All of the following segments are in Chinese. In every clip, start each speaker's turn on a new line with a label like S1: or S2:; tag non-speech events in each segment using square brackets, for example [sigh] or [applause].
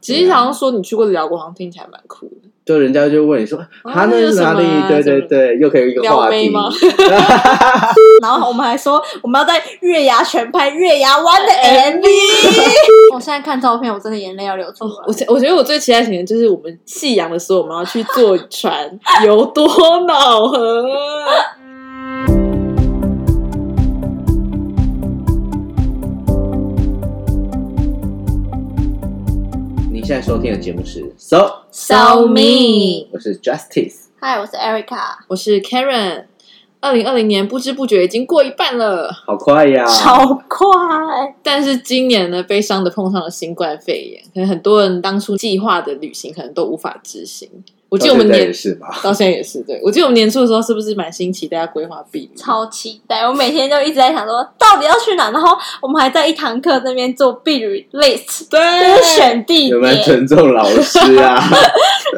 S1: 其
S2: 啊
S1: 实好像说你去过辽国，好像听起来蛮酷的。
S2: 就人家就问你说啊，那
S1: 哦那
S2: 是
S1: 是
S2: 哪里
S1: 什么啊？
S2: 对
S1: 什
S2: 对
S1: 么
S2: 对，又可以一个话
S1: 撩妹
S2: 题。 [laughs]
S1: 吗？
S3: 然后我们还说我们要在月牙泉拍月牙湾的
S1: 哎 [laughs]
S3: MV。我现在看照片，我真的眼泪要流出来。
S1: 我觉我觉得我最期待的就是我们夕阳的时候，我们要去坐船游多瑙河。
S2: 你现在收听的节目是 So，
S1: So me
S2: 我是 Justice。
S3: 嗨，我是 Erica，
S1: 我是 Karen，二零二零年不知不觉已经过一半了，
S2: 好快呀！
S3: 超快。
S1: 但是今年呢，悲伤的碰上了新冠肺炎，可能很多人当初计划的旅行可能都无法执行。我
S2: 我
S1: 记得我们年
S2: 也是吧？
S1: 到现在也是，对我记得我们年初的时候是不是满心期待要规划避旅？
S3: 超期待！我每天都一直在想说，到底要去哪？然后我们还在一堂课那边做避旅 list，
S1: 对，
S3: 就是选地
S2: 有没有
S3: 点，
S2: 尊重老师啊？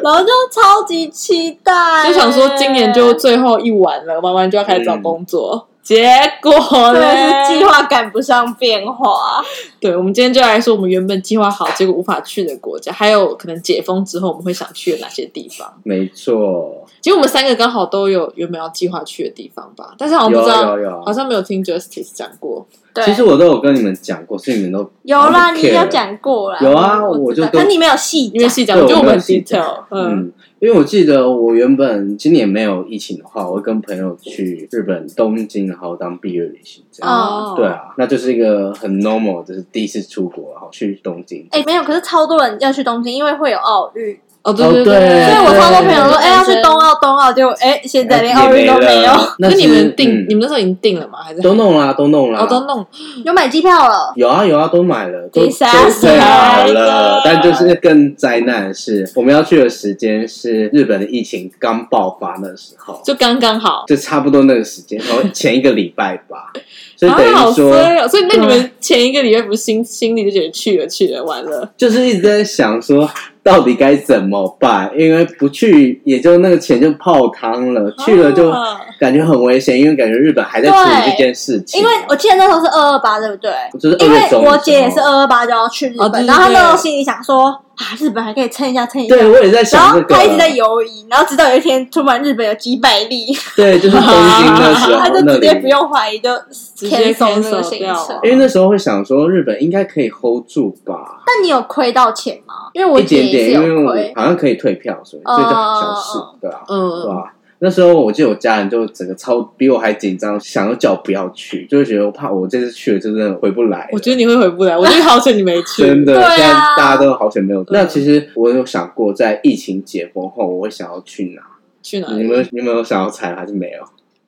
S3: 然后就超级期待，
S1: 就
S2: 哎
S1: 想说今年就最后一晚了，玩完就要开始找工作。
S2: 嗯
S1: 结果呢？
S3: 真的
S2: 啊
S3: 是计划赶不上变化，
S1: 对，我们今天就来说我们原本计划好，结果无法去的国家，还有可能解封之后我们会想去的哪些地方。
S2: 没错，
S1: 其实我们三个刚好都有原本要计划去的地方吧，但是哦好像不
S2: 有啊
S1: 知道，
S2: 有有
S1: 好。像没有听 Justice 讲过。
S3: 对，
S2: 其实我都有跟你们讲过，所以你们都
S3: 有啦，
S2: 不
S3: 你
S2: care
S3: 有讲过啦，
S2: 有啊
S3: 我
S2: 我就
S3: 知道
S2: 都
S3: 但你没有细
S1: 因为
S3: 讲，
S1: 细讲，我觉
S2: 对
S1: 得我
S2: 我没有
S1: 们很
S2: 细讲
S1: detail，嗯，
S2: 嗯，因为我记得我原本今年没有疫情的话，我会跟朋友去日本东京，然后当毕业旅行这样。
S3: 哦
S2: 对，啊，那就是一个很 normal，就是第一次出国，然后去东京。
S3: 哎、没有，可是超多人要去东京，因为会有奥运，
S1: 哦对
S2: 哦
S1: 对
S2: 对
S3: 所以我
S2: 对哎
S3: 超多朋友说，
S1: 对
S3: 哎、要去冬奥，冬奥，结果哎、
S2: 呃
S3: 现在连奥运都没有，
S2: 了。
S1: 那
S2: 是
S1: 你们定，
S2: 嗯
S1: 你们那时候已经定了吗？还是
S2: 都弄啊啦，都弄啦，
S1: 哦都弄？
S3: 有买机票了，
S2: 有啊有啊，都买了，都
S3: 第
S2: 都
S3: 三
S2: 备好
S1: 次
S2: 了。但就是更灾难的是，我们要去的时间是日本的疫情刚爆发那时候，
S1: 就刚刚好。
S2: 就差不多那个时间，然后前一个礼拜
S3: [laughs]
S2: 吧。所以
S1: 啊
S2: 等于
S1: 好
S2: 说，啊
S1: 衰哦！所以那你们前一个礼拜不是心心里就觉得去了去了完了，
S2: 就是一直在想说，到底该怎么办？因为不去，也就那个钱就泡汤了；去了就
S1: 啊
S3: 哦
S2: 感觉很危险，因为感觉日本还在处理
S3: 对
S2: 这件事情。
S3: 因为我记得那时候是二二八，对不对？
S2: 就是
S3: 因
S2: 2月
S3: 为
S2: 中的哦
S3: 我姐也
S2: 时
S3: 是
S2: 候
S3: 二二八就要去日
S1: 哦对
S3: 本，
S1: 对
S3: 然后她那时候
S1: 对
S3: 心里想说啊，日本还可以撑一下，撑一下。
S2: 对我也在
S3: 然
S2: 想
S3: 后
S2: 这个，
S3: 她一直在犹疑，然后直到有一天突然日本有几百例，
S2: 对，就是东京那
S3: [laughs]
S2: 时
S3: 她
S2: 候
S3: 就
S2: 那
S3: 直接
S2: 里
S3: 不。用怀疑就
S1: 直接
S3: cancel 那个
S1: cancel
S3: 行
S1: 掉
S3: 程
S1: 啊。
S2: 因为那时候会想说，日本应该可以 hold 住吧，
S3: 但你有亏到钱吗？因为我
S2: 一
S3: 姐
S2: 点
S3: 也是
S2: 点，因为
S3: 有
S2: 我
S3: 亏，
S2: 好像可以退票，所以
S3: 哦
S2: 所以就好像是
S3: 哦
S2: 对啊，对
S1: 嗯，
S2: 啊。那时候我记得我家人就整个超比我还紧张，想要叫我不要去，就是觉得我怕我这次去了就真的回不来了。
S1: 我觉得你会回不来，我觉得好久你没
S2: [laughs]
S1: 去，
S2: 真的，
S3: 对啊
S2: 现在大家都好久没有。那其实我有想过，在疫情解封后，我会想要去哪？
S1: 去哪
S2: 你
S1: 里？
S2: 们你们有想要猜还是没有？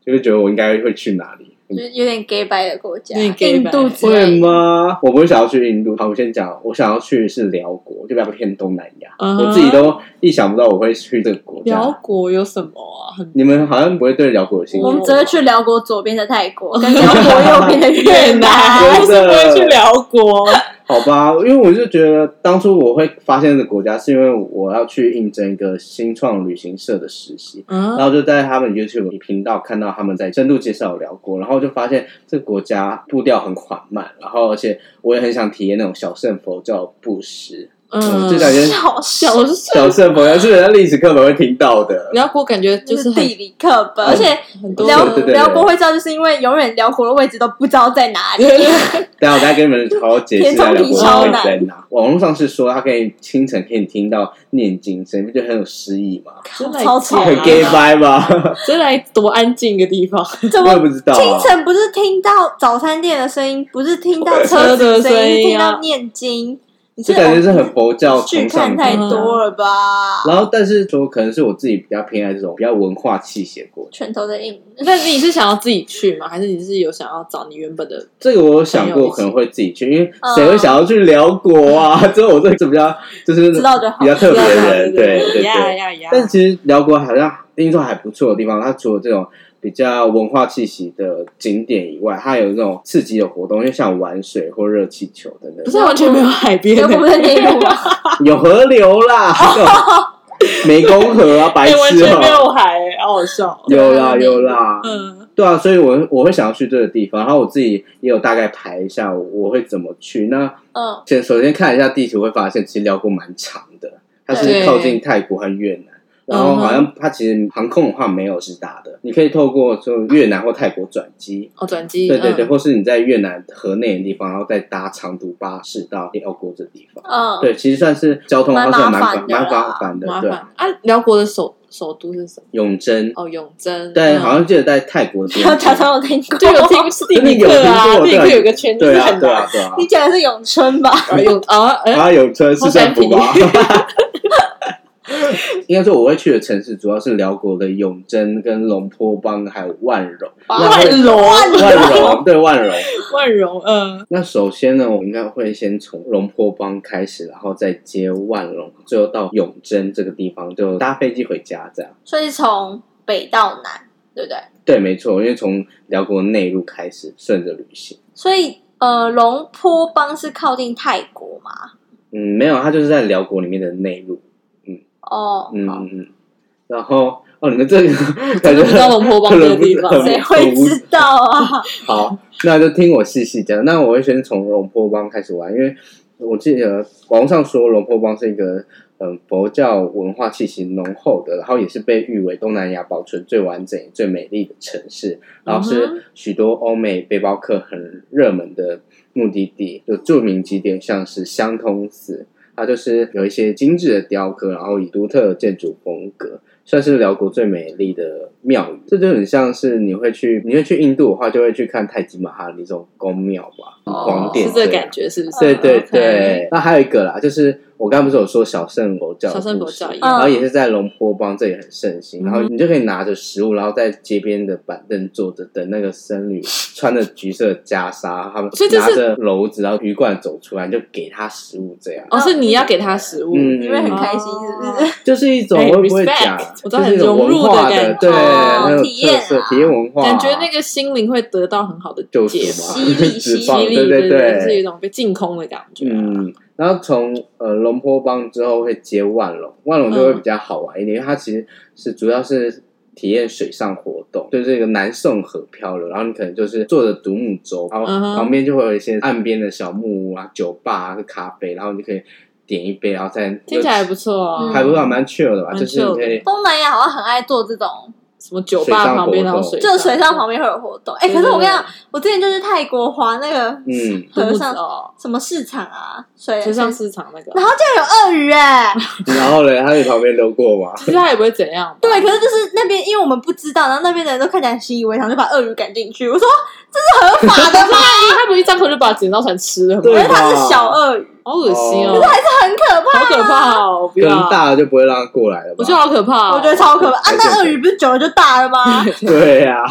S2: 就是觉得我应该会去哪里？
S3: 就是有点 gay 白的国家，
S1: 有点 gay
S3: 印
S1: 掰
S3: 度之
S2: 会
S3: 类的。
S2: 吗？我不会想要去印度。好，我先讲，我想要去是辽国，就比较偏东南亚。
S3: 啊
S1: 嗯
S2: 我自己都意想不到我会去这个国
S1: 辽
S2: 家。
S1: 国有什么啊？
S2: [laughs]
S1: 很
S2: 你们好像不会对辽国有兴
S3: 我
S2: 趣
S3: 们，只会去辽国左边的泰
S1: 哦
S3: 国， [laughs] 跟辽国
S1: [laughs]
S3: 右边的越南。
S1: 我是不会去辽
S2: [laughs]
S1: 国。
S2: 好吧？因为我就觉得当初我会发现这个国家，是因为我要去应征一个新创旅行社的实习。
S3: 啊
S1: 嗯，
S2: 然后就在他们 YouTube 频道看到他们在深度介绍辽国，然后就发现这个国家步调很缓慢，然后而且我也很想体验那种小圣佛教布
S3: [laughs]
S2: 施，
S1: 嗯，
S2: 就感觉
S3: 笑死！
S1: 小是
S2: 小圣佛教是人家历史课本会听到的，
S1: 辽国，感觉就
S3: 就是是
S1: 很
S3: 地理课本，而且
S1: 很多
S3: 辽
S2: 对对对
S3: 辽国会知道，就是因为永远辽国的位置都不知道在哪里。
S2: 等啊一下我再跟你们好好
S3: [laughs]
S2: 解释一下辽国的位置在哪。网络上是说他可以清晨可以听到念经声，你不觉得很有诗意吗？
S1: 真来
S3: 超吵
S2: 很 gay 掰吧？
S3: [laughs]
S1: 真来多安静一个
S2: [laughs]
S1: 地方，
S3: 怎
S2: 我也
S3: 么
S2: 不知道、
S3: 清
S2: 啊。
S3: 晨不是听到早餐店的声音，不是听到车
S1: 车
S3: 子
S1: 的声
S3: 声
S1: 音
S3: 听
S1: 啊
S3: 到念经？你
S2: 就感觉是很佛教
S3: 哦去
S2: 崇
S3: 看
S2: 尚的
S3: 太
S2: 国家
S3: 多了吧？
S2: 然后，但是说可能是我自己比较偏爱这种比较文化气息的国家。
S3: 拳头的硬，
S1: 但是你是想要自己去吗？还是你是有想要找你原本的？
S2: 这个我有想
S1: 朋友一
S2: 过
S1: 起
S2: 可能会自己去，因为
S3: 嗯
S2: 谁会想要去辽国啊？
S3: [laughs]
S2: 这我这这比较就是
S3: 知道就好
S2: 比。较特别的人，对对
S1: 对呀
S2: 对。
S1: 呀呀！
S2: 但其实辽国好像听说还不错的地方，它除了这种比较文化气息的景点以外，它有这种刺激的活动，就像玩水或热气球等等
S1: 不。是完全没有海边
S3: 辽
S1: 的，
S3: 国不是内陆吗？ [laughs]
S2: 有河流
S1: [laughs]
S2: 啦，湄公河啊，白
S1: 哦哎，完
S2: 痴
S1: 全没
S2: 哦、
S1: 有海，好好笑。哦
S2: 有啦有啦，
S1: 嗯，
S2: 对啊，所以我我会想要去这个地方，然后我自己也有大概排一下我会怎么去。那
S3: 嗯，
S2: 先首先看一下地图，会发现其实辽国蛮长的，它是
S1: 对
S2: 靠近泰国和越南。然后好像它其实航空的话没有直达的，你可以透过就越南或泰国转机，
S1: 哦，转机，
S2: 对对对，
S1: 嗯
S2: 或是你在越南河内的地方，然后再搭长途巴士到辽国这地方。
S3: 嗯，
S2: 对，其实算是交通的话
S3: 蛮
S2: 算
S3: 麻
S2: 蛮
S3: 烦
S2: 烦
S3: 的啦
S2: 蛮麻烦的，
S1: 麻
S2: 对。
S1: 烦啊！辽国的首首都是什么？
S2: 永贞，
S1: 哦，永贞，
S2: 对，
S1: 嗯
S2: 好像记得在泰国
S3: [laughs]
S2: 边
S3: 我
S2: 境，
S3: 假装有听过，
S1: 就有
S3: [laughs]
S1: 听是地理课啊，
S2: 真的有听过
S1: 地理课
S2: 对
S1: 有个圈就
S2: 对
S1: 是
S2: 啊
S1: 很
S2: 对啊
S1: 难，
S2: 对啊，
S3: 你讲的是咏春吧？
S1: 啊 [laughs] 永啊哎，
S2: 啊，永春市政府吧
S1: 好像。
S2: [laughs] 应该说，我会去的城市主要是辽国的永贞、跟龙坡邦，还有万荣。那会
S1: 万隆
S2: 万荣对万荣。
S1: 万荣，嗯，
S2: 那首先呢，我们应该会先从龙坡邦开始，然后再接万荣，最后到永贞这个地方，就搭飞机回家这样。
S3: [laughs] 所以是从北到南，对不对？
S2: 对，没错，因为从辽国内陆开始，顺着旅行。
S3: 所以呃，龙坡邦是靠近泰国嘛？
S2: 嗯，没有，它就是在辽国里面的内陆。
S3: 哦，
S2: 嗯
S3: 好
S2: 嗯嗯。然后哦，你们这个感
S1: 真的
S2: 觉
S1: 不知道龙坡邦这个地
S2: 可
S1: 方
S2: 能不是
S3: 谁会知道啊？
S2: 好，那就听我细细讲。那我会先从龙坡邦开始玩，因为我记得呃网络上说龙坡邦是一个嗯佛教文化气息浓厚的，然后也是被誉为东南亚保存最完整、最美丽的城市，然
S1: 嗯
S2: 后是许多欧美背包客很热门的目的地。有著名景点像是香通寺，它就是有一些精致的雕刻，然后以独特的建筑风格，算是辽国最美丽的庙宇。这就很像是你会去，你会去印度的话，就会去看泰姬玛哈里这种宫庙吧，皇殿
S1: 哦是这个
S2: 对
S1: 感觉是不是？
S2: 对对
S1: 嗯 OK
S2: 对，那还有一个啦，就是我刚刚不是有说小圣佛教的
S1: 小圣
S2: 故
S1: 佛
S2: 事
S1: 教也嗯
S2: 然后也是在龙坡邦这里很盛行，然后你就可以拿着食物，然后在街边的板凳坐着，等那个僧侣穿着橘色袈裟，他们
S1: 所以这
S2: 拿
S1: 是
S2: 着篓子，然后鱼罐走出来，你就给他食物这样。
S1: 哦，是你要给他食物，
S2: 嗯，
S3: 你会很
S2: 嗯
S3: 开心是不是？
S2: 就是一种
S1: 哎
S2: 会不会
S1: respect，
S2: 讲，
S1: 我知
S2: 就
S1: 道
S2: 是一
S1: 很
S2: 种
S1: 融
S2: 文
S1: 入的
S2: 化
S1: 感觉
S2: 对，
S3: 哦
S2: 很有
S3: 体验
S2: 特色
S3: 啊
S2: 体验文化，
S1: 感觉那个心灵会得到很好的
S2: 救
S1: 解
S2: 赎
S1: 放
S2: 嘛，
S3: 吸
S2: [laughs] 就
S3: 力
S2: 是
S3: 吸
S2: 脂肪，
S1: 吸力，
S2: 对
S1: 对
S2: 对，
S1: 就是一种被净空的感觉啊。
S2: 嗯，然后从呃龙坡邦之后会接万隆，万隆就会比较好玩一点，因为它其实是主要是体验水上活
S1: 嗯
S2: 动，就是一个南宋河漂流，然后你可能就是坐着独木舟，然后
S1: 嗯哼
S2: 旁边就会有一些岸边的小木屋啊、酒吧啊、咖啡，然后你可以点一杯，然后再
S1: 听起来还不错啊，
S2: 还不错，蛮 chill 的吧，
S1: 蛮
S2: 就是你
S1: chill 的
S2: 可以
S3: 东南亚好像很爱做这种，
S1: 什么酒吧旁边然后
S2: 水
S1: 水
S3: 就是水上旁边会有活动。哎，可是我跟你讲，我之前就去泰国滑那个
S2: 嗯
S1: 独
S3: 河
S1: 木舟
S3: 上
S1: 哦
S3: 什么市场啊，水
S1: 水上市场那个，
S3: 然后就有鳄鱼哎，
S2: 然后呢，他在旁边溜过
S1: [laughs]
S2: 嘛，
S1: 其实他也不会怎样吧。
S3: 对，可是就是那边，因为我们不知道，然后那边的人都看起来很习以为常，就把鳄鱼赶进去。我说这是合法的吗？
S1: 他不是一张口就把剪刀船吃了吗？
S2: 对
S3: 因为它是小鳄鱼，
S1: 好恶心哦
S2: 哦，
S3: 很可怕。啊
S1: 好可怕哦！不
S2: 可
S1: 要
S2: 能，大了就不会让他过来了吧
S1: 我觉？得好可怕哦。
S3: 我觉得超可怕啊！
S2: 而且
S3: 那鳄鱼不是久了就大了
S2: [laughs]
S3: 吗？
S2: [laughs] 对啊呀、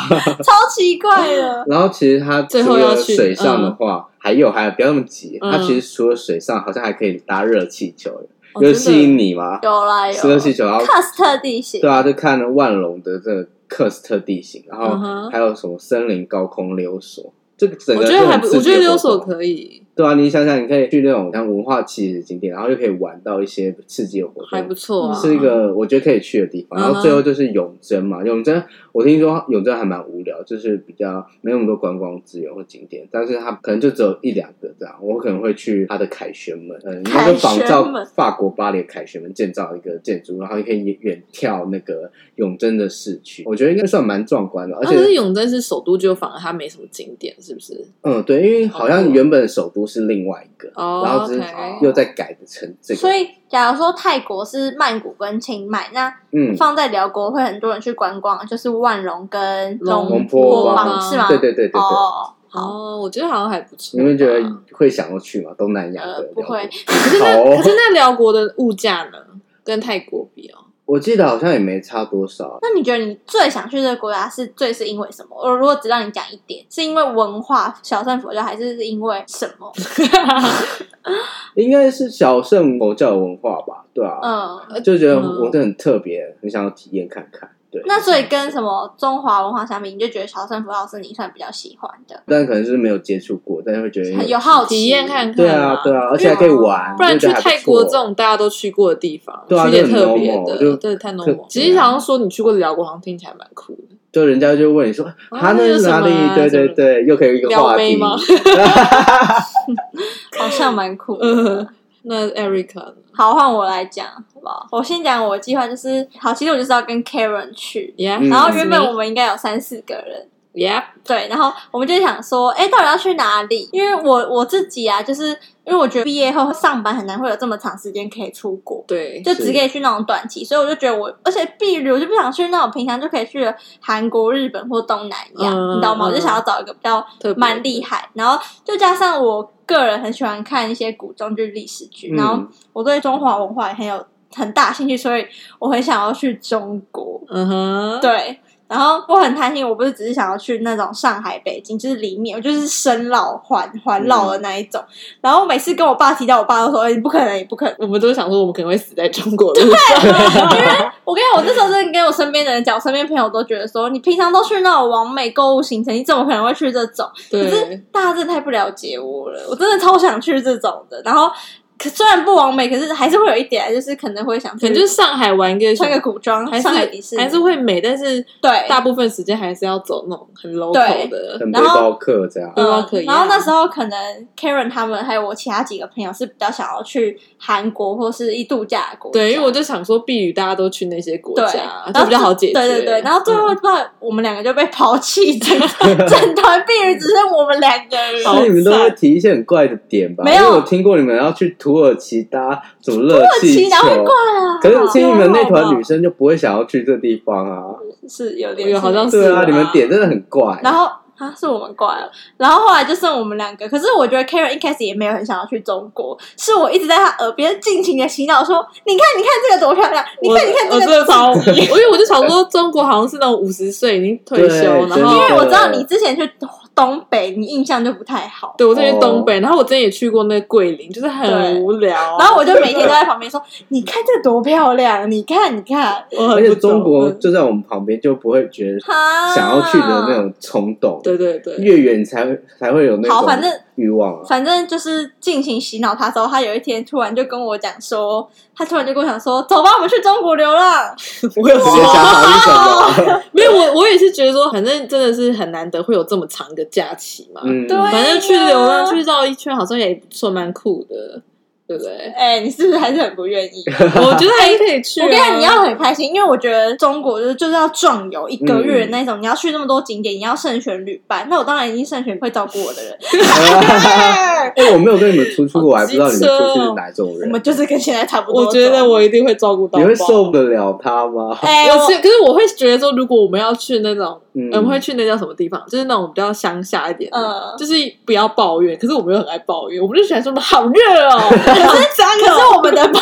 S3: 超奇怪的。
S2: 然后其实它
S1: 最
S2: 除
S1: 后要
S2: 了
S1: 去
S2: 水上的话，还有还有，不要那么急。
S1: 嗯
S2: 它其实除了水上，好像还可以搭热气球，
S1: 哦
S2: 有
S1: 真的
S2: 吸引你吗？
S3: 有啦有
S2: 是热气球，然后
S3: 喀斯特地形
S2: 对，啊，就看了万隆的这个克斯特地形，然
S1: 嗯
S2: 后
S1: 哼
S2: 还有什么森林高空溜索，这个整个
S1: 我觉得还不，
S2: 这种
S1: 我
S2: 刺激
S1: 觉得
S2: 的
S1: 溜
S2: 活
S1: 索
S2: 动
S1: 可以，
S2: 对啊，你想想，你可以去那种像文化气息的景点，然后又可以玩到一些刺激的活动，
S1: 还不错啊。
S2: 是一
S3: 嗯
S2: 个我觉得可以去的地方。
S1: 嗯
S2: 然后
S1: 哼
S2: 最后就是永贞嘛，永贞我听说永贞还蛮无聊，就是比较没有那么多观光资源或景点，但是它可能就只有一两个这样。我可能会去它的凯旋门，嗯，应该就仿
S3: 凯旋门
S2: 照法国巴黎的凯旋门建造一个建筑，然后你可以远眺那个永贞的市区，我觉得应该算蛮壮观
S3: 哦
S2: 的，而
S1: 那
S2: 且
S1: 啊可是永贞是首都，就反而它没什么景点，是不是？
S2: 嗯，对，因为好像原本的首都是另外一个，
S1: 哦
S2: 然后只是
S1: OK
S2: 又在改的成这个，
S3: 所以假如说泰国是曼谷跟清迈，那
S2: 嗯，
S3: 放在辽国会很多人去观光，就是万隆跟
S1: 龙
S3: 龙
S2: 坡
S3: 邦
S1: 邦
S3: 是吗？
S2: 啊对对对对对，
S3: 哦，好，
S1: 哦，我觉得好像还不错。啊
S2: 你们觉得？
S1: 嗯
S2: 会想要去吗？东南亚
S3: 呃
S2: 的、
S3: 不会，
S1: [laughs] 可是
S2: 好
S1: 那
S2: 哦
S1: 可是那辽国的物价呢？跟泰国比哦，
S2: [laughs] 我记得好像也没差多少。啊
S3: 那你觉得你最想去这个国家是最是因为什么？我如果只让你讲一点，是因为文化、小圣佛教，还是是因为什么？
S2: 应该是小圣佛教文化吧，对啊，
S3: 嗯，
S2: 就觉得
S1: 嗯
S2: 我很特别，很想要体验看看。对，
S3: 那所以跟什么中华文化相比，你就觉得小圣佛教是你算比较喜欢的，
S2: 但可能就是没有接触过，但是会觉得
S3: 很有好奇
S1: 体验看看。
S2: 对啊对啊，而且还可以玩，
S1: 不然
S2: 就
S1: 去
S2: 觉得还不
S1: 泰国
S2: 错
S1: 这种大家都去过的地方，
S2: 对啊
S1: 去点
S2: 就很
S1: 特别
S2: normal，就
S1: 的，对，太
S2: 特
S1: normal。其实好像说你去过辽国，好像听起来蛮酷的。
S2: 就人家就问你说啊，那
S1: 那是
S2: 是哪
S1: 什么啊
S2: 里？对对
S1: 什么
S2: 对，又可以有一个话
S1: 撩妹
S2: 题。
S1: 吗
S3: 好像蛮酷的。
S1: 嗯，那 Erica 呢
S3: 好，换我来讲，好不好？我先讲我计划，就是好，其实我就是要跟 Karen 去，
S1: ，Yeah，
S2: 嗯
S3: 然后原本我们应该有三四个人，
S1: Yeah，
S3: 对，然后我们就想说，哎，到底要去哪里？因为我我自己啊，就是因为我觉得毕业后上班很难会有这么长时间可以出国，
S1: 对，
S3: 就只可以去那种短期，所以我就觉得我，而且避旅我就不想去那种平常就可以去的韩国、日本或东南亚，
S1: 嗯
S3: 你知道
S1: 嗯
S3: 吗？我就想要找一个比较
S1: 特别
S3: 蛮厉害，然后就加上我个人很喜欢看一些古装剧、历史
S1: [laughs]
S3: 剧，然后
S2: 嗯
S3: 我对中华文化也很有很大兴趣，所以我很想要去中国。
S1: 嗯哼，
S3: 对，然后我很贪心，我不是只是想要去那种上海、北京，就是里面，我就是深绕环环绕的那一种。然后每次跟我爸提到，我爸都说：“哎、你不可能，你不可能。
S1: 我们都想说我们可能会死在中国路上，”
S3: 我跟你讲，我那时候真的跟我身边的人讲，我身边朋友都觉得说：“你平常都去那种完美购物行程，你怎么可能会去这种？”可是
S1: 对，
S3: 大家真的太不了解我了，我真的超想去这种的。然后可虽然不完美，可是还是会有一点，就是可能会想去，
S1: 可能就是上海玩个
S3: 穿个古装，
S1: 还是
S3: 上海迪士尼
S1: 还是会美，但是
S3: 对
S1: 大部分时间还是要走那种很 local 的，
S2: 很背
S3: 然后
S2: 包客这样。
S1: 对啊可以啊
S3: 嗯然后那时候可能 Karen 他们还有我其他几个朋友是比较想要去韩国或是一度假的国家
S1: 对，因为我就想说，避雨大家都去那些国
S3: 对，啊
S1: 家，
S3: 然后
S1: 就比较好解决。
S3: 对对对，然后最后不知道我们两个就被抛
S1: [laughs]
S3: 弃，整整团避旅只剩我们两个人。
S1: 好
S2: 是你们都会提一些很怪的点吧？
S3: 没有
S2: 因为我听过你们要去土耳其搭什么热
S3: 其
S2: 气
S3: 哪
S2: 球
S3: 会，怪
S2: 可
S3: 啊？
S2: 是听你们那团女生就不会想要去这地方啊。
S3: 是有点
S1: 有好像
S2: 对
S1: 是
S2: 啊，你们点真的很怪。
S3: 然后啊，是我们怪了。然后后来就剩我们两个。可是我觉得 Karen 一开始也没有很想要去中国，是我一直在他耳边尽情的洗脑说：“你看，你看这个多漂亮，你
S1: 我
S3: 看，你看
S1: 我
S3: 这
S1: 真
S3: 个
S1: 的超， [laughs] 我因为我就想说，中国好像是那种五十岁已经退休，
S2: 对
S1: 然后
S3: 因为我知道
S2: 对
S3: 你之前去东北，你印象就不太好。
S1: 对我之前去东
S2: 哦
S1: 北，然后我之前也去过那个桂林，就是
S3: 对
S1: 很无聊。
S3: 然后我就每天都在旁边说：“你看这多漂亮，你看，你看，
S1: 我
S2: 而
S1: 很
S2: 且
S1: 不懂
S2: 中国
S1: 嗯
S2: 就在我们旁边，就不会觉得
S3: 哈，
S2: [laughs] 想要去的那。种冲动。
S1: 对对对，
S2: 越远才会才会有那
S3: 好反正
S2: 种欲望啊。
S3: 反正就是进行洗脑他之后，他有一天突然就跟我讲说，他突然就跟我讲说：“走吧，我们去中国流浪。
S1: 我有
S2: 直接
S1: 说
S2: 加好一
S3: [laughs]
S2: 什么？
S1: 没有我我也是觉得说，反正真的是很难得会有这么长的假期嘛。
S3: [laughs]
S2: 嗯，
S3: 对
S1: 反正去流
S3: 哎呀
S1: 浪去绕一圈，好像也不错，蛮酷的，对不
S2: [laughs]
S1: 对”？
S3: 哎，你是不是还是很不愿意？
S1: 我觉得还可以去、啊。
S3: 哎我跟你讲，你要很开心，因为我觉得中国就是就是要壮游一个月的那种，你要去那么多景点，你要慎选旅伴。那我当然已经慎选会照顾我的
S1: [laughs]
S3: 人，
S2: 因哎为我没有跟你们出去过，我还不知道你们
S1: 好机
S2: 出
S1: 车
S2: 去
S1: 哦
S2: 是哪一种
S3: 我
S2: 人。
S3: 们就是跟现在差不多。
S1: 我觉得我一定会照顾
S3: 哦
S1: 到。
S2: 你会受？得了他吗？
S3: 哎，
S1: 我
S3: 我
S1: 是，可是我会觉得说，如果我们要去那种，
S2: 嗯
S1: 我们会去那叫什么地方？就是那种比较乡下一点的， [laughs]
S3: 嗯
S1: 就是不要抱怨。可是我们又很爱抱怨，我们就喜欢说好热哦，好脏
S3: 可
S1: 哦。
S3: 是我们的抱，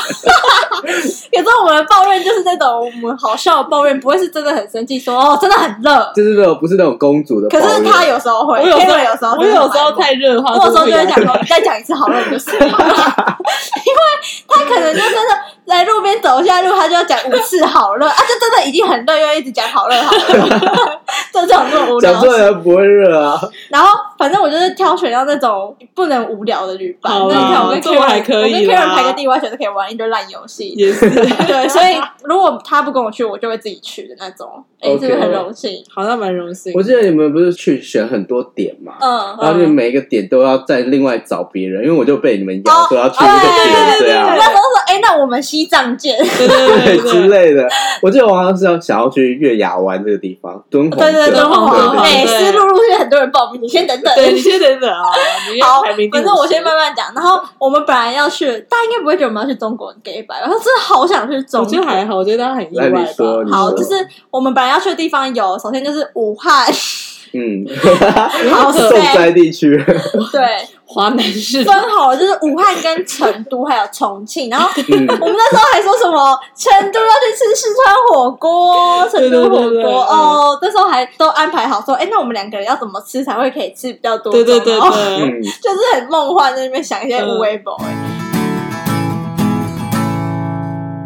S3: 可是我们的抱怨就是那种我们好笑的抱怨，不会是真的很生气，说哦真的很热。
S2: 就是那种不是那种公主的抱
S3: 可
S2: 怨，
S3: 是他有时候会，
S1: 我有时
S3: Taylor 有时候
S1: 候，我
S3: 真的
S1: 有
S3: 会
S1: 时候太热的话，
S3: 我有时候就会
S1: 是
S3: 想说，你再讲一次好了，我就死了。 [laughs] 因为他可能就真的来路边走一下路，他就要讲五次好 [laughs] 热啊，就真的已经很热，又一直讲好热好热， [laughs] 就这种这种无
S2: 讲
S3: 聊
S2: 出来
S3: 事。
S2: 人不会热啊。
S3: 然后反正我就是挑选到那种不能无聊的旅伴。
S1: 好
S3: 那
S1: 啦
S3: 你看我跟
S1: 这我
S3: Karen
S1: 还可以
S3: 我跟 Karen
S1: 啦
S3: 排个地瓜球都可以玩一堆烂游
S1: [laughs]
S3: 戏。
S1: 也是，
S3: 对，所以如果他不跟我去，我就会自己去的那种。哎，是不是
S2: OK
S3: 很荣幸？
S1: 好像蛮荣幸。
S2: 我记得你们不是去选很多点嘛，
S3: 嗯，
S2: 然后就每一个点都要再另外找别人，因为我就被你们
S3: 哦
S2: 邀说要去那个点
S3: 对对对
S2: 这
S3: 我
S2: 样
S3: 那。时候说，哎，那我们西藏见。
S1: 对对对
S2: 对之
S1: 对对，
S2: 类的，我记得我好像是要想要去月牙湾这个地方，敦煌
S3: 对对
S2: 镇
S3: 对，
S1: 敦
S3: 晃
S1: 煌镇
S3: 晃
S2: 对对
S3: 晃，
S2: 对
S3: 哎，
S1: 对
S3: 是陆陆续很多人报名，你先等等。
S1: 对你先等等啊，你
S3: 好
S1: 要排名第
S3: 反
S1: 五
S3: 正我
S1: 十
S3: 先慢慢讲。然后我们本来要去，大家应该不会觉得我们要去中国很 gay 吧？然后真的好想去中
S1: 我
S3: 国。
S1: 觉得还好，我觉得大家很意
S2: 来
S1: 外
S2: 你说，
S1: 吧。
S2: 你
S3: 好，
S2: 说
S3: 就是我们本来要去的地方有，首先就是武汉，
S2: 嗯，
S3: 好
S2: 重灾地区，
S3: 对，
S1: 华南市
S3: 分好了就是武汉跟成都还有重庆。然后
S2: 嗯，
S3: 我们那时候还说什么成都要去吃四川火锅，成都火
S1: 对对对对
S3: 锅哦，那时候还都安排好说，哎，那我们两个人要怎么吃才会可以吃比较多种？
S1: 对
S3: 哦
S1: 对对
S3: 然后
S1: 对，
S2: 嗯，
S3: 就是很梦
S1: 嗯
S3: 幻，在那边想一些无微博、欸。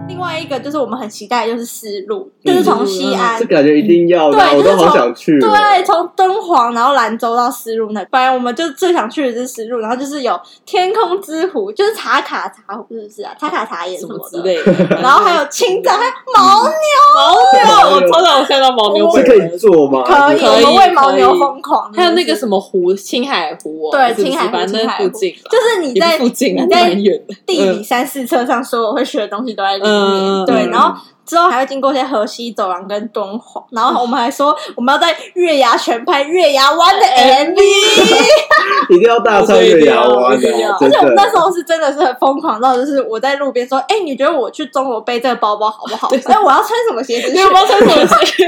S3: 另外一一个就是我们很期待，就是丝路，
S1: 嗯
S3: 就是从西安
S2: 这，感觉一定要的啊，
S3: 对
S2: 我
S3: 就是
S2: 都好想去哦。
S3: 对，从敦煌然后兰州到丝路那，反正我们就最想去的就是丝路，然后就是有天空之湖，就是茶卡茶湖是不是啊？茶卡茶也
S1: 什
S3: 什
S1: 么
S3: 么
S1: 之
S3: 的。
S1: 类的。
S3: 然后还有青藏，还有牦
S1: 牦牛，我超想看到牦牛
S2: 是
S1: 本
S2: 可以
S1: 人。
S2: 做吗？
S3: 可以，
S1: 可
S3: 我
S1: 以
S3: 们为牦牛
S1: 可以
S3: 疯狂。
S1: 还有那个
S3: 么，
S1: 什么湖，青海湖哦，
S3: 对
S1: 是不是
S3: 青海湖
S1: 反正
S3: 青海湖
S1: 附近吧，
S3: 就是你
S1: 也不
S3: 在
S1: 附近啊，
S3: 你
S1: 那
S3: 在
S1: 蛮远的。
S3: 地理
S1: 嗯
S3: 三四册上所有会学的东西都在里面。
S1: 嗯
S3: 对，
S2: 嗯
S3: 然后之后还会经过一些河西走廊跟敦煌，然后我们还说我们要在月牙泉拍月牙湾的
S1: 哎
S3: MV。
S2: 一定要大唱月牙湾
S1: 我觉得一定要
S2: 的，
S3: 而
S2: 真
S3: 且我们那
S2: 的
S3: 时候是真的是很疯狂到，就是我在路边说：“哎、你觉得我去中国背这个包包好不
S1: [laughs]
S3: 好？哎，我要穿什么鞋子去
S1: 你有没
S3: [laughs]
S1: 有穿什么鞋？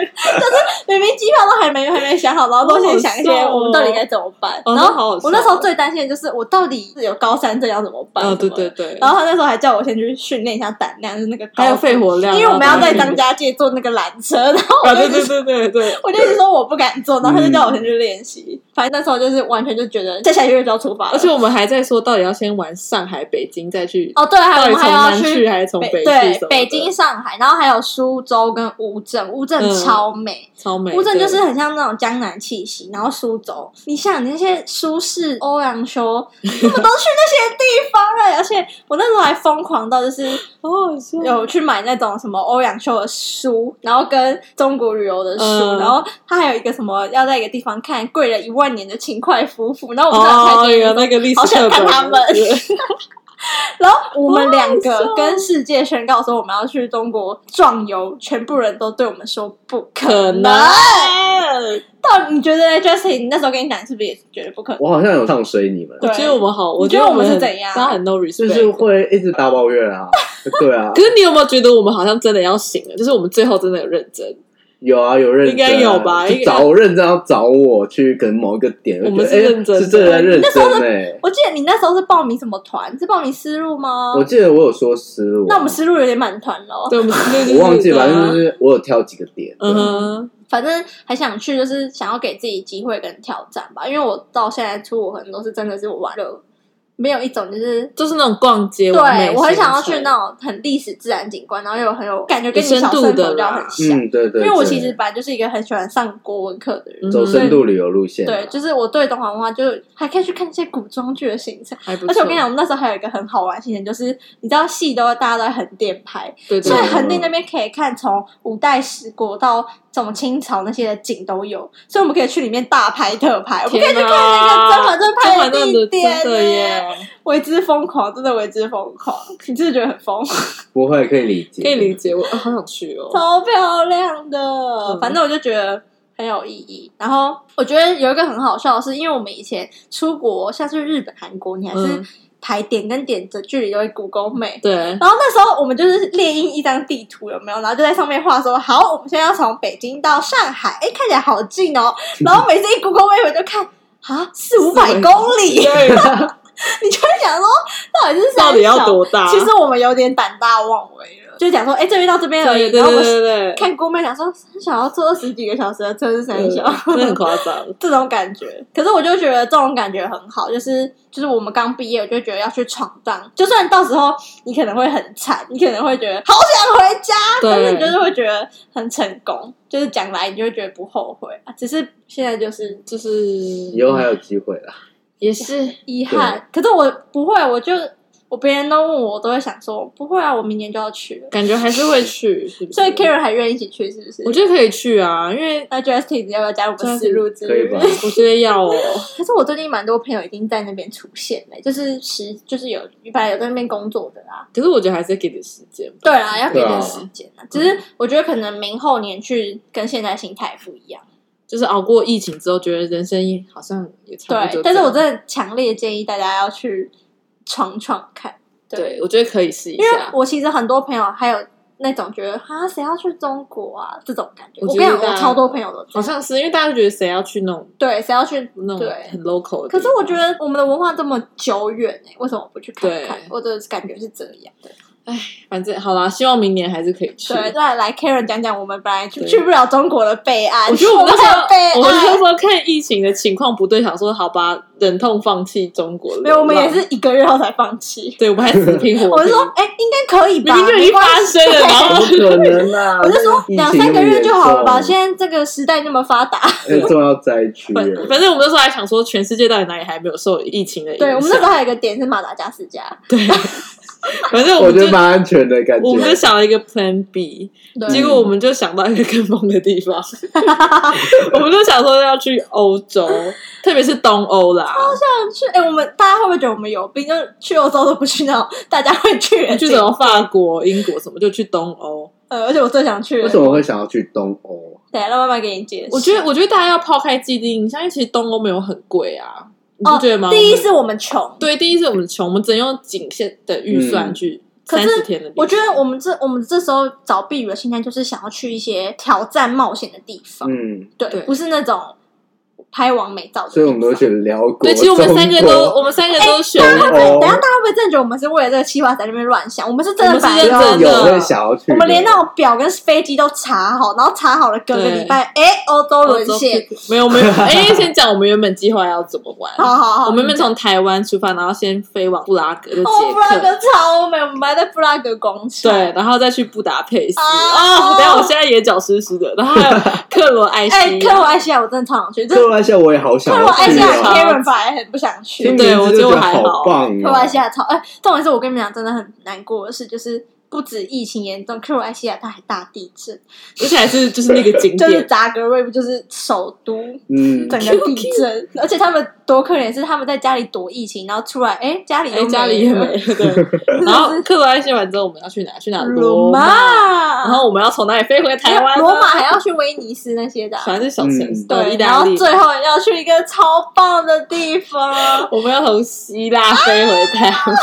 S3: 明明机票都还没还没想好，然后都先想一些我们到底该怎么办。
S1: 哦
S3: 然
S1: 那好
S3: 后
S1: 好笑
S3: 我那时候最担心的就是我到底有高山症要怎么办？
S1: 哦，对
S3: 什么的
S1: 对。对，
S3: 然后他那时候还叫我先去训练一下胆量，就是那个高
S1: 还有肺活量啊，
S3: 因为我们要在
S1: 对
S3: 张家界坐那个缆车，然后
S1: 啊，对对对对对，
S3: 我就一直说我不敢坐，然后他就叫我先去练习。反正那时候就是完全就觉得在下个月就要出发了，
S1: 而且我们还在说，到底要先玩上海、北京，再去
S3: 哦对，还有
S1: 到
S3: 我
S1: 底
S3: 们
S1: 从
S3: 还要
S1: 南去还是从
S3: 北
S1: 去什么的？
S3: 对北京、上海，然后还有苏州跟乌镇，乌镇
S1: 嗯
S3: 超美。
S1: 超美，
S3: 乌镇就是
S1: 对
S3: 很像那种江南气息，然后苏州，你想你那些苏轼、欧阳修，
S1: [laughs]
S3: 他们都去那些地方了，而且我那时候还疯狂到就是
S1: 好好笑
S3: 有去买那种什么欧阳修的书，然后跟中国旅游的书，
S1: 嗯
S3: 然后他还有一个什么要在一个地方看跪了一万年的勤快夫妇，然后我们真的太
S1: 哦，
S3: 惊
S1: 有
S3: 艳
S1: 那个历史
S3: 好
S1: 课
S3: 想看
S1: 本，
S3: 他们
S1: 对
S3: 然后我们两
S1: 好好笑
S3: 个跟世界宣告说我们要去中国壮游，全部人都对我们说不可
S1: 可
S3: 能。
S1: 能
S3: 到底你觉得 Justin 你那时候跟你讲，是不是也觉得不可能？
S2: 我好像有唱衰你们，
S3: 对
S1: 我觉得我们好，我
S3: 你觉得
S1: 得
S3: 我们
S1: 们
S3: 是
S1: 很
S3: 怎样
S1: 大家很 no
S2: 就
S1: respect，
S2: 是会一直大抱怨啊。对啊
S1: 可，是你有没有觉得我们好像真的要醒了？就是我们最后真的有认真，
S2: 有啊，有认真啊，
S1: 应该有吧
S2: 就
S1: 应该
S2: 找我认真要找我去跟某一个点，
S1: 我们
S2: 就觉
S1: 是
S2: 得哎
S1: 认真的
S2: 是真的在认真哎。
S3: 我记得你那时候是报名什么团？是报名丝路吗？
S2: 我记得我有说思路啊，
S3: 那我们丝路有点满团
S1: [laughs]
S3: 了，[laughs]
S1: 对，我们对
S2: 我忘记了，反正就
S1: 对啊
S2: 是我有挑几个点，
S1: 嗯哼，
S3: 反正还想去，就是想要给自己机会跟挑战吧。因为我到现在出国很多次，真的是玩了，没有一种就是。
S1: 就是那种逛街，
S3: 对，我很想要去
S1: 种。
S3: 那种很历史自然景观，然后又很有感觉，跟你
S1: 有深
S3: 小
S1: 度
S3: 生
S1: 的
S3: 活就
S1: 啦
S3: 很像。
S2: 嗯，对对，
S3: 因
S2: 对
S3: 为我其实本来就是一个很喜欢上国文课的人，
S1: 嗯
S2: 走深度旅游路线啊，
S3: 对，就是我对敦煌文化，就是还可以去看一些古装剧的形象。
S1: 还不错
S3: 而且我跟你讲，，我们那时候还有一个很好玩的事情，就是你知道戏都大家都在横店拍，
S1: 对对
S3: 所以
S1: 对，
S3: 横店那边可以看从五代十国到什么清朝那些的景都有，所以我们可以去里面大拍特拍，我们啊可以去看那个《甄嬛传》
S1: 甄
S3: 拍
S1: 嬛传
S3: 地
S1: 的
S3: 点
S1: 真的
S3: 耶，
S1: 耶，
S3: 为之疯狂，真的为之疯狂，你真的觉得
S1: [laughs]
S3: 很疯，
S2: 不会可以理解，
S1: 可以理解我，啊好想去哦。
S3: 超漂亮的，
S1: 嗯
S3: 反正我就觉得。很有意义。然后我觉得有一个很好笑的是，因为我们以前出国，像是日本、韩国，你还是
S1: 嗯，
S3: 排点跟点的距离都会 Google 美，
S1: 对，
S3: 然后那时候我们就是列印一张地图，有没有？然后就在上面画说，好，我们现在要从北京到上海，哎，看起来好近哦。然后每次一 Google Map 就看啊，四五百公里， [laughs] 你就会想说，到底是三
S1: 到底要
S3: 小
S1: 多大？
S3: 其实我们有点胆大妄为了，就讲说，哎，这边到这边而
S1: 对
S3: 已。
S1: 对
S3: 然后我
S1: 对
S3: 们
S1: 对对，
S3: 看 Google Map 想说，三小要坐二十几个小时的车是三
S1: 对
S3: 小。
S1: 真的很夸张。
S3: 这种感觉。可是我就觉得这种感觉很好，就是就是我们刚毕业，我就觉得要去闯荡，就算到时候你可能会很惨，你可能会觉得好想回家，但是你就
S1: 对，
S3: 是会觉得很成功，就是讲来你就会觉得不后悔啊。只是现在就是
S1: 就是
S2: 以后还有机会啦。
S1: 也是
S3: 遗憾，可是我不会，我就我别人都问我，我都会想说不会啊，我明年就要去了。
S1: 感觉还是会去，是不是
S3: 所以 Karen 还愿意一起去，是不是？
S1: 我觉得可以去啊，因为
S3: 那 Justin 你要不要加入我们丝路之
S2: 可以
S3: 旅？
S2: 吧
S1: 我觉得要哦，
S3: 可是我最近蛮多朋友已经在那边出现了，欸就是实就是有本来有在那边工作的啦。
S1: 可是我觉得还是要给点时间吧。
S3: 对啦，要给
S2: 对
S3: 点
S2: 啊
S3: 时间啦。只是我觉得可能明后年去跟现在心态不一样。
S1: 就是熬过疫情之后，觉得人生好像也差不多，
S3: 对
S1: 啊这样。
S3: 但是我真的强烈建议大家要去闯闯看，
S1: 对我觉得可以试一
S3: 因为
S1: 下。
S3: 我其实很多朋友还有那种觉得啊谁要去中国啊这种感觉。
S1: 我
S3: 我
S1: 觉
S3: 跟你
S1: 得
S3: 讲，我超多朋友都这
S1: 好
S3: 样
S1: 像是因为大家都觉得谁要去那种
S3: 对谁要去
S1: 那种
S3: 对
S1: 很 local 的地方
S3: 可是我觉得我们的文化这么久远、欸，为什么不去看看
S1: 对？
S3: 我的感觉是这样。对
S1: 反正好啦，希望明年还是可以去。
S3: 对，再来 Karen 讲讲我们本来去
S1: 对
S3: 去不了中国的备案，
S1: 我觉得我
S3: 我
S1: 们那时
S3: 还有 [laughs] 备
S1: 候，我们那
S3: 案，
S1: 时候看疫情的情况不对，想说好吧，忍痛放弃中国流浪。啊
S3: 没有，我们也是一个月后才放弃。
S1: 对，我们还死拼活拼。
S3: [laughs] 我们说，
S2: [laughs]
S3: 哎、应该可以吧？
S1: 明明就已经
S3: 没关
S1: 发
S3: 系
S1: 生了，然后
S2: 不可能啊！我就说
S3: [laughs] 两三个月就好了吧？现在这个时代那么发达，
S2: 在重要灾区
S1: 反
S2: 了，
S1: 反正我们那时候还想说，全世界到底哪里还没有受疫情的影响？
S3: 对我们那时候还有一个点是马达加斯加，
S1: 反正我
S2: 我
S1: 们
S2: 觉
S1: 就
S2: 得蛮安全的感觉。
S1: 我们就想了一个 Plan B，
S3: 对
S1: 结果我们就想到一个更疯的地
S3: [laughs]
S1: 方， [laughs] 我们就想说要去欧洲，特别是东欧啦。
S3: 去哎、我们大家会不会觉得我们有病？就是去欧洲都不去那种大家会去的
S1: 去
S3: 景
S1: 什么法国、英国什么，就去东欧。
S3: 呃，而且我最想去的，
S2: [laughs] 为什么会想要去东欧？啊
S3: 等一下让慢慢给你解释。
S1: 我觉得，我觉得大家要抛开既定印象，因为其实东欧没有很贵啊，你不觉得吗？
S3: 哦第一
S1: 我们
S3: 是我们穷，
S1: 对，第一是我们穷，我们只能用仅限的预算
S2: 嗯
S1: 去
S3: 可
S1: 三
S3: 是
S1: 十天的地方。
S3: 我觉得我们这我们这时候找避雨的心态就是想要去一些挑战冒险的地方，
S2: 嗯，
S3: 对，
S1: 对
S3: 不是那种拍完美照的地方。
S2: 所以我们都选辽国。
S1: 对，其实我们三个都，
S2: 中国
S1: 我们三个
S3: 哎
S1: 都选了。
S2: 东欧
S3: 等一下大家会不会真的觉得我们是为了这个计划在那边乱想？我们是真的
S1: 我们
S3: 把啊
S1: 是
S2: 真
S1: 认
S2: 的
S1: 真
S2: 有
S1: 的
S2: 会想要去的，
S3: 我们连那种表跟飞机都查好，然后查好了隔个
S1: 对
S3: 礼拜，哎，欧洲沦陷，
S1: 没有没有，哎，先讲我们原本计划要怎么玩。
S3: 好好好，
S1: 我们原本从台湾出发，然后先飞往布拉格，就捷
S3: 哦，布拉
S1: 克，
S3: 格超美，我们还在布拉格广场，
S1: 对，，然后再去布达佩斯。
S3: 啊
S1: 哦，等一下我现在也脚湿湿的。然后还有克罗埃
S3: 哎，
S1: 西
S3: 克
S1: 亚，
S3: 罗埃西亚我真的超想去，这
S2: 克罗埃西亚，我也好想
S3: 克
S2: 要
S3: 罗埃西亚
S2: 去哦
S3: Karen 本来很不想去，
S2: 听
S1: 对
S2: 名字
S1: 我
S2: 就
S1: 觉得
S2: 得
S1: 还
S2: 好
S1: 好
S2: 棒哦，
S3: 克罗埃西亚超哎，重点是我跟你们讲，真的很难过的事就是。不止疫情严重，克罗埃西亚它还大地震，
S1: 而且还是就是那个景
S3: [laughs] 就是
S1: 点，
S3: 扎格瑞布就是首都，
S2: 嗯，
S3: 整个地震，而且他们多可怜，是他们在家里躲疫情，然后出来，哎，家里
S1: 哎，
S3: 又
S1: 家里也
S3: [laughs]
S1: 没
S3: 了
S1: 了。对，然后克罗埃西亚完之后，我们要去哪？去哪？
S3: 罗
S1: 罗马。
S3: 马，
S1: 然后我们要从哪里飞回台湾呢？啊
S3: 罗马还要去威尼斯那些的啊，
S1: 反正是小城市，
S2: 嗯
S1: 到意
S3: 对，然
S1: 大
S3: 后
S1: 利。，
S3: 最后要去一个超棒的地方
S1: [laughs] 我们要从希腊飞回台湾，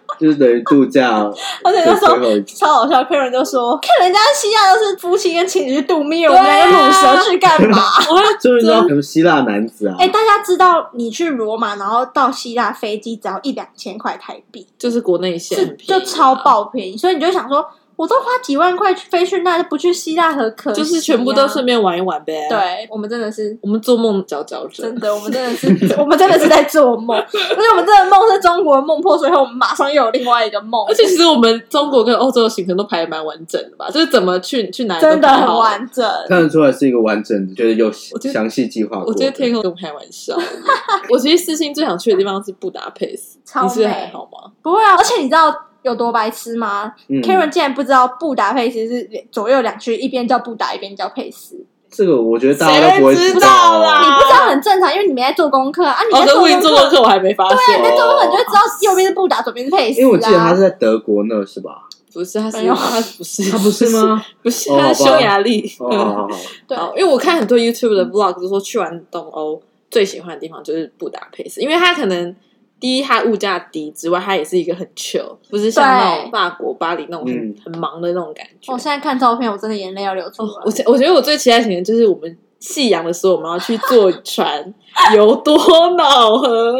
S3: [laughs]
S2: 就是等于度
S1: [laughs]
S2: 假，
S3: 而且那时候
S2: 就最后一
S3: 超好笑。客人就说：“看人家西亚都是夫妻跟情侣去度蜜月，我
S1: 对啊
S3: 们两个乳蛇去干嘛，
S1: 我会
S2: 就是那种什么希腊男子啊？”
S3: 哎，大家知道你去罗马，然后到希腊飞机只要一两千块台币，
S1: 就是国内线
S3: 是
S1: 很便
S3: 就
S1: 宜啊
S3: 超，爆便宜，所以你就想说，我都花几万块去飞去那，不去希腊和可惜
S1: 就
S3: 啊
S1: 是全部都顺。便玩一玩呗。，
S3: 对我们真
S1: [laughs]
S3: 的是
S1: 我们做梦佼佼者
S3: 真，的，我们真的是，我们真的是在做梦，而且我们真的梦是中国梦破，所以我们马上又有另外一个梦，
S1: 而且其实我们中国跟欧洲的行程都排的蛮完整的吧，就是怎么去去哪里都
S3: 真的
S1: 排
S3: 很
S1: 好了。嗯
S3: 完整。
S2: 看得出来是一个完整的，就是有
S1: 我觉得
S2: 详细计划过的。
S1: 我觉得天空跟我开玩笑， [laughs] 我其实私心最想去的地方是布达佩斯，
S3: 超
S1: 你是
S3: 美
S1: 还好吗？
S3: 不会啊，而且你知道有多白痴吗、
S2: 嗯
S3: k a r e n 竟然不知道布达佩斯是左右两区，一边叫布达，一边叫佩斯，
S2: 这个，我觉得大家都不会
S1: 谁会知
S2: 道啊
S1: 道啦
S3: 你不知道很正常，因为你没在做功课啊，你
S1: 哦，
S3: 在
S1: 这
S3: 做
S1: 我已经
S3: 功
S1: 做
S3: 课
S1: 功。课，我还没发现
S3: 你在。做功课，你就会知道右边是布达，左边是佩斯、啊。
S2: 因为我记得他是在德国那是吧？
S1: 不是，他是
S3: 没有
S1: 他不 [laughs] 是
S2: [laughs] 他不是？吗？
S1: [laughs] 不是，
S2: 哦
S1: 他是
S2: 好吧
S1: 匈牙利。嗯
S2: 哦，好好好
S3: 对，
S1: 好，因为我看很多 YouTube 的 vlog 都说去完东欧最喜欢的地方就是布达佩斯，因为它可能第一它物价低之外，它也是一个很 chill，不是像那种
S3: 对
S1: 法国巴黎那种很、
S2: 嗯
S1: 很忙的那种感觉。
S3: 我现在看照片，我真的眼泪要流出来。
S1: 我我觉得我最期待的行程就是我们夕阳的时候，我们要去坐船游多瑙河。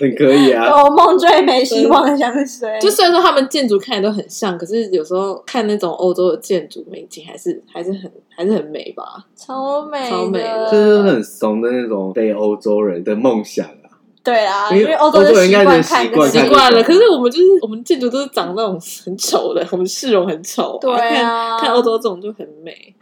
S2: 很可
S1: [laughs]
S2: 以
S1: 哦
S2: 啊。
S3: 有梦最美，希望的香水。
S1: 就虽然说他们建筑看起来都很像，可是有时候看那种欧洲的建筑美景，还是还是很还是很美吧。
S3: 超美，
S1: 超美的
S2: 这就是很怂的那种被欧洲人的梦想啊！
S3: 对啦，
S2: 因为
S3: 因为欧洲
S2: 欧洲
S3: 人
S2: 人应该
S3: 惯
S2: 能
S3: 看
S2: 习惯
S3: 这
S1: 习
S3: 些
S2: 看
S1: 惯了。可是我们就是我们建筑都是长那种很丑的，我们市容很丑、
S3: 对啊，
S1: 看看欧洲这种就很美。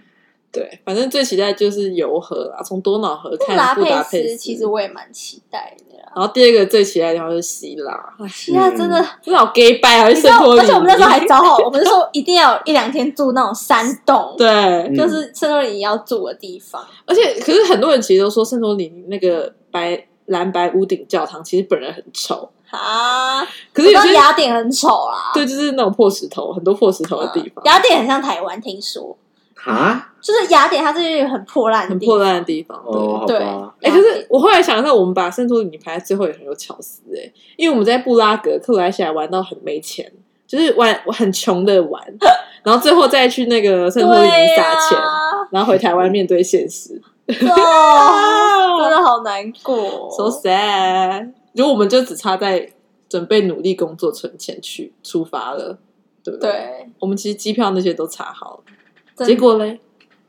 S1: 对，反正最期待就是游河啊，从多瑙河
S3: 布
S1: 看
S3: 达
S1: 布达
S3: 佩
S1: 佩
S3: 斯，其实我也蛮期待的啦。
S1: 然后第二个最期待的地方就是希腊，哎
S3: 希腊真的，
S1: 真的好 gay 拜啊！
S3: 你知道，
S1: 圣托里
S3: 而
S1: 尼
S3: 且我们那时候还找好，我们是说一定要有一两天住那种山洞，
S1: 对，
S3: 就是圣托里尼要住的地方。
S1: 而且可是很多人其实都说圣托里尼那个白蓝白屋顶教堂，其实本人很丑，
S3: 啊，
S1: 可是有
S3: 我知
S1: 些
S3: 道雅典很丑啊啦，
S1: 对，就是那种破石头，很多破石头的地方，
S3: 雅典很像台湾，听说
S2: 啊，
S3: 就是雅典，它是一个很破烂的
S1: 很
S3: 地方，
S1: 破烂的地方。对，
S2: 哦，好
S3: 对
S2: 吧，
S1: 哎、可是我后来想一下，我们把圣托里尼排在最后也很有巧思哎、因为我们在布拉格、克罗埃西亚玩到很没钱，就是玩我很穷的玩，然后最后再去那个圣托里尼撒钱，然后回台湾面对现实。
S3: 啊对啊哦真的好难
S1: [laughs]
S3: 过。哦
S1: so sad。如果我们就只差在准备努力工作存钱去出发了，对不对？
S3: 对，
S1: 我们其实机票那些都查好了，
S3: 真
S1: 结果嘞，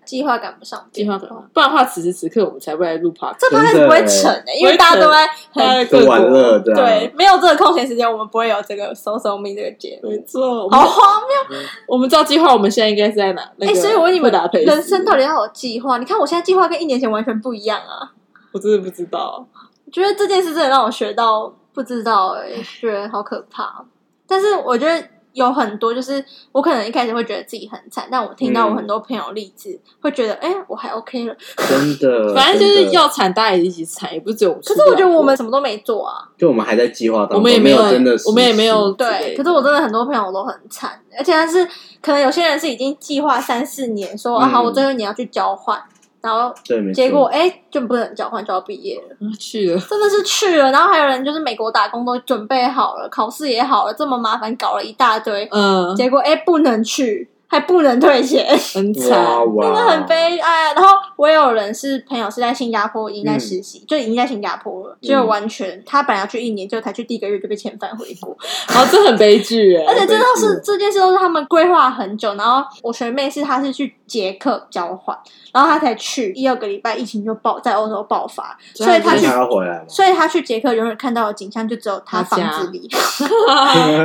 S3: 计划赶不上
S1: 计划
S3: 变
S1: 赶
S3: 化，
S1: 不然的话，此时此刻我们才会来录 p o d
S3: 这趴开始不会成的、因为大家都在很
S2: 都玩乐的、啊
S3: 对，，
S1: 啊
S3: 没有这个空闲时间，我们不会有这个 social me 这个节目
S1: 没。错，我们
S3: 好荒谬！
S1: 我们照计划，我们现在应该是在哪？嗯那
S3: 哎、
S1: 个
S3: 所以我问你们
S1: 布达，佩斯
S3: 人生到底要有计划？你看我现在计划跟一年前完全不一样啊！
S1: 我真的不知道。
S3: 我觉得这件事真的让我学到不知道、哎，觉得好可怕。但是我觉得有很多，就是我可能一开始会觉得自己很惨，但我听到我很多朋友励志，
S2: 嗯
S3: 会觉得哎、我还 OK 了。
S2: 真的，
S1: [laughs] 反正就
S2: 呃真
S1: 是
S2: 的
S1: 要惨，大家也一起惨，也不是只有我们出
S3: 可
S1: 不了国。
S3: 是我觉得我们什么都没做啊，
S2: 就我们还在计划当中，
S1: 我们也没
S2: 没
S1: 有
S2: 真的实施，
S1: 我们也没有之类
S3: 对，
S1: 的
S3: 可是我真的很多朋友都很惨，而且他是可能有些人是已经计划三四年，说、啊
S2: 嗯
S3: 好我最后一年要去交换，然后
S2: 对，没错
S3: 结果哎、就不能交换，就要毕业了，
S1: 啊去了，
S3: 真的是去了，然后还有人就是美国打工都准备好了，考试也好了，这么麻烦搞了一大堆，
S1: 嗯，
S3: 结果哎、不能去，还不能退钱， [laughs]
S1: 很
S2: 哇
S1: 惨，
S2: 哇，
S3: 真的很悲哀。啊然后我也有人是朋友是在新加坡已经在实习，就已经在新加坡了，就
S2: 嗯
S3: 完全他本来要去一年，就才去第一个月就被遣返回国。
S1: 然后这很悲剧哎
S3: 而。且这都是
S2: 嗯
S3: 这件事都是他们规划很久，然后我学妹是她是去捷克交换，然后她才去一二个礼拜，疫情就爆在欧洲爆发，
S1: 对
S3: 所以她
S2: 那
S3: 去
S2: 他，要回来吗？
S3: 所以她去捷克永远看到的景象就只有她
S1: 她家
S3: 房子里，
S1: [laughs]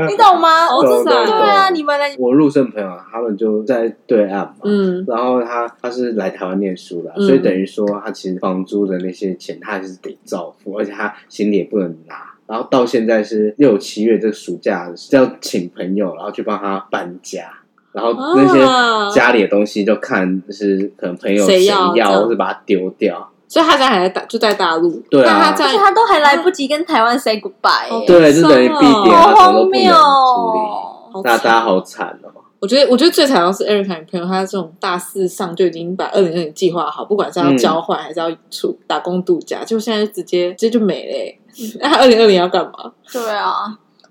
S3: 你
S2: [laughs]
S3: 懂吗？
S1: 好
S3: 我知道，
S1: 惨哦
S3: 对啊，你们嘞，
S2: 我陆生朋友啊他们就在对岸嘛，
S1: 嗯，
S2: 然后他他是来台湾念书的啊，
S1: 嗯
S2: 所以等于说他其实房租的那些钱他还是得照付，而且他行李也不能拿。然后到现在是六七月这暑假是要请朋友，然后去帮他搬家，然后那些
S1: 啊
S2: 家里的东西就看就是可能朋友
S1: 谁要
S2: 要，
S1: 这样
S2: 或是把它丢掉。
S1: 所以他家还在大就在大陆，
S2: 对
S1: 那
S2: 啊
S1: 他
S3: 而且
S1: 家
S3: 她都还来不及跟台湾 say goodbye，
S1: 好
S3: 欸
S2: 对，就等于
S1: 好
S2: 必
S1: 伤哦
S2: 点
S3: 好
S2: 啊，什么都
S3: 荒
S2: 不能
S3: 谬
S2: 处理。
S3: 哦。
S1: 好
S2: 那大
S1: 惨
S2: 家好惨哦。
S1: 我觉得，我觉得最惨的是 Eric 女朋友，她这种大四上就已经把二零二零计划好，不管是要交换还是要出打工度假，就现在就直接直接就没了欸。 [laughs] 那她二零二零要干嘛？
S3: 对啊，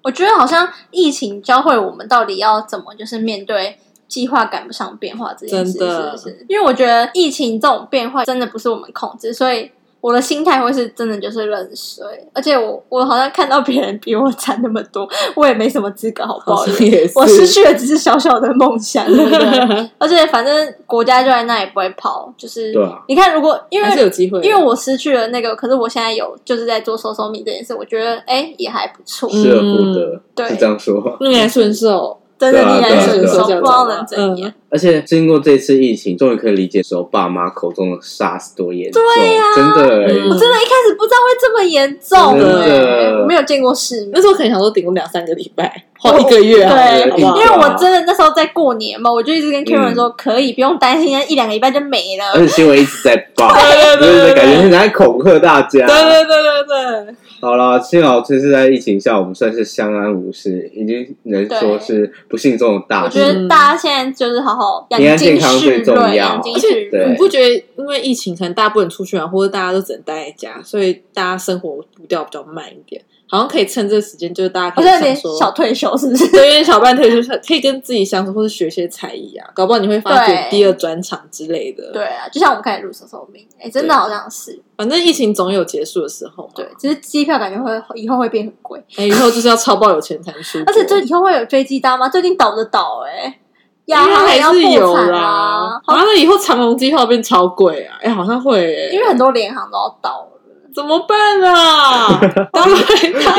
S3: 我觉得好像疫情教会我们到底要怎么就是面对计划赶不上变化这件事，
S1: 真
S3: 是
S1: 的
S3: 不是？因为我觉得疫情这种变化真的不是我们控制，所以。我的心态会是真的就是冷水，而且我我好像看到别人比我惨那么多，我也没什么资格，好不
S1: 好
S3: 好意
S1: 像
S3: 思？
S1: 也是，
S3: 我
S1: [laughs]
S3: 失去的只是小小的梦想，对不对？而且反正国家就在那，也不会跑。就是、
S2: 对啊
S3: 你看，如果因为
S1: 还是有机会的，
S3: 因为我失去了那个，可是我现在有就是在做 social media 这件事，我觉得哎、也还不错，
S1: 嗯
S2: 失而复得，
S3: 对
S2: 是这样说吗。
S1: 逆来顺受，
S3: 真的
S2: 对啊
S3: 逆来
S1: 对啊
S3: 顺受，不
S1: 对啊
S3: 知道能怎样。
S2: 而且经过这次疫情，终于可以理解说爸妈口中的 SARS 多严重，对
S3: 啊
S2: 呀、真的、欸，
S1: 嗯
S3: 我真的一开始不知道会这么严重、
S1: 真
S3: 欸，
S2: 的
S3: 我没有见过世面
S1: 那。时候可能想说顶多两三个礼拜或一个月
S3: [laughs]
S1: 好了，
S3: 对啊
S1: 好，不
S3: 因
S1: 好
S3: 为我真的那时候在过年嘛，我就一直跟 Karen 说，可以不用担心，一两个礼拜就没了。
S2: 而且新闻一直在报，
S1: 对对对
S2: 就是
S1: 对对
S2: 感觉很在恐吓大家。
S1: 对对对对对，
S2: 好了，幸好这次在疫情下，我们算是相安无事，已经能说是不幸中的大
S3: 我觉
S2: 幸。
S3: 得大家现在就是好好
S2: 平
S3: 养
S2: 安健
S3: 精
S2: 康
S3: 蓄
S2: 最重
S3: 锐，
S2: 要
S3: 养精
S1: 而且
S3: 蓄
S1: 你
S3: 锐
S2: 对。
S1: 不觉得因为疫情，可能大家不能出去玩，或者大家都只能待在家，所以大家生活步调比较慢一点，好像可以趁这时间，就是大家
S3: 我
S1: 可以
S3: 觉得有
S1: 想
S3: 点
S1: 说
S3: 哦小退休，是不是？
S1: 对，有点小半退就是可以跟自己相处，或者学一些才艺啊，搞不好你会发
S3: 对
S1: 掘第二专场之类的。
S3: 对，啊，就像 [laughs] 我们开始录 social media，哎，真的
S1: 对
S3: 好像是
S1: 反正疫情总有结束的时候嘛。
S3: 对，只是机票感觉会以后会变很贵。
S1: 哎，以后就是要超爆有钱才能出国，
S3: [laughs] 而且这以后会有飞机搭吗？最近倒的倒哎、欸，亚
S1: 应该
S3: 航也
S1: 还
S3: 要
S1: 是有
S3: 破产
S1: 啦
S3: 啊，。
S1: 啊，那以后长龙机票变超贵啊！哎，好像会耶，
S3: 因为很多联航都要倒了。
S1: 怎么办啊？ [laughs] 当然，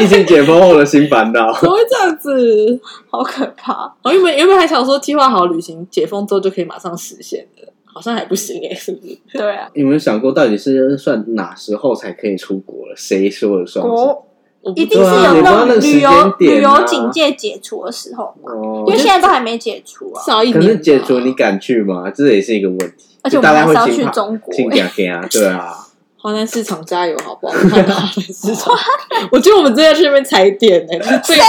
S2: 疫情解封后的新烦恼， [laughs]
S1: 怎么会这样子？
S3: 好可
S1: [laughs]
S3: 怕！
S1: 哦我原本原本还想说计划好旅行，解封之后就可以马上实现的，好像还不行哎，是不是？
S3: 对啊，
S2: 你们想过到底是算哪时候才可以出国了？谁说了
S1: 啊
S2: 算？
S3: 国
S1: 我不
S3: 一定是
S2: 对啊
S3: 有
S2: 你不知
S3: 那
S2: 道那
S3: 种
S2: 个
S3: 旅
S2: 时
S3: 游、
S2: 间
S3: 旅
S2: 点啊
S3: 游警戒解除的时候嘛，
S2: 哦
S3: 因为
S1: 就
S3: 现在都还没解除啊
S1: 至，少一
S2: 可
S1: 年吧。
S2: 是解除你敢去吗？这也是一个问题。
S3: 而且我们
S2: 就
S3: 还是
S2: 大家会
S3: 要
S2: 请
S3: 去
S2: 怕
S3: 中国、 [laughs]
S2: 请假给啊，对啊。
S1: 华南市场加油，好不好？我们看到华南市
S3: [laughs]
S1: 场，我觉得我们真的要去那边踩点呢、就是最
S3: 啊！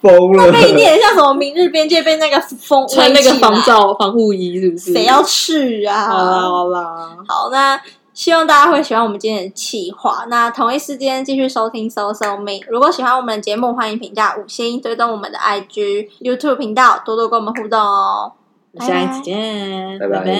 S2: 疯了，
S3: 那一点像什么明日边界被那个风
S1: 穿那
S3: 围
S1: 个
S3: 起
S1: 防
S3: 来
S1: 罩防护衣，是不是？
S3: 谁要去啊？
S1: 好啦好啦，
S3: 好，那希望大家会喜欢我们今天的企划。那同一时间继续收听 So So Me。如果喜欢我们的节目，欢迎评价五星，追踪我们的 IG、YouTube 频道，多多跟我们互动哦。
S1: 我们下一次见，
S2: 拜拜
S1: 拜拜